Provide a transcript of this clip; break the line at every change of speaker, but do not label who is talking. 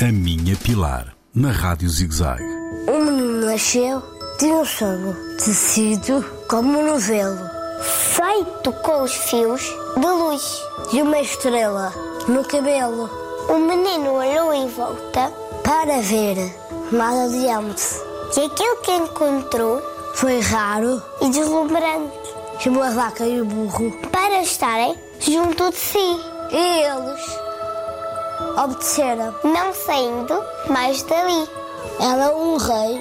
A Minha Pilar, na Rádio ZigZag.
O menino nasceu de um solo tecido como um novelo, feito com os fios de luz e uma estrela no cabelo.
O menino olhou em volta
Para ver mais adiante,
e aquilo que encontrou
foi raro,
e deslumbrante
chamou a vaca e o burro,
para estarem junto de si,
e eles obedeceram.
não saindo mais dali.
Era um rei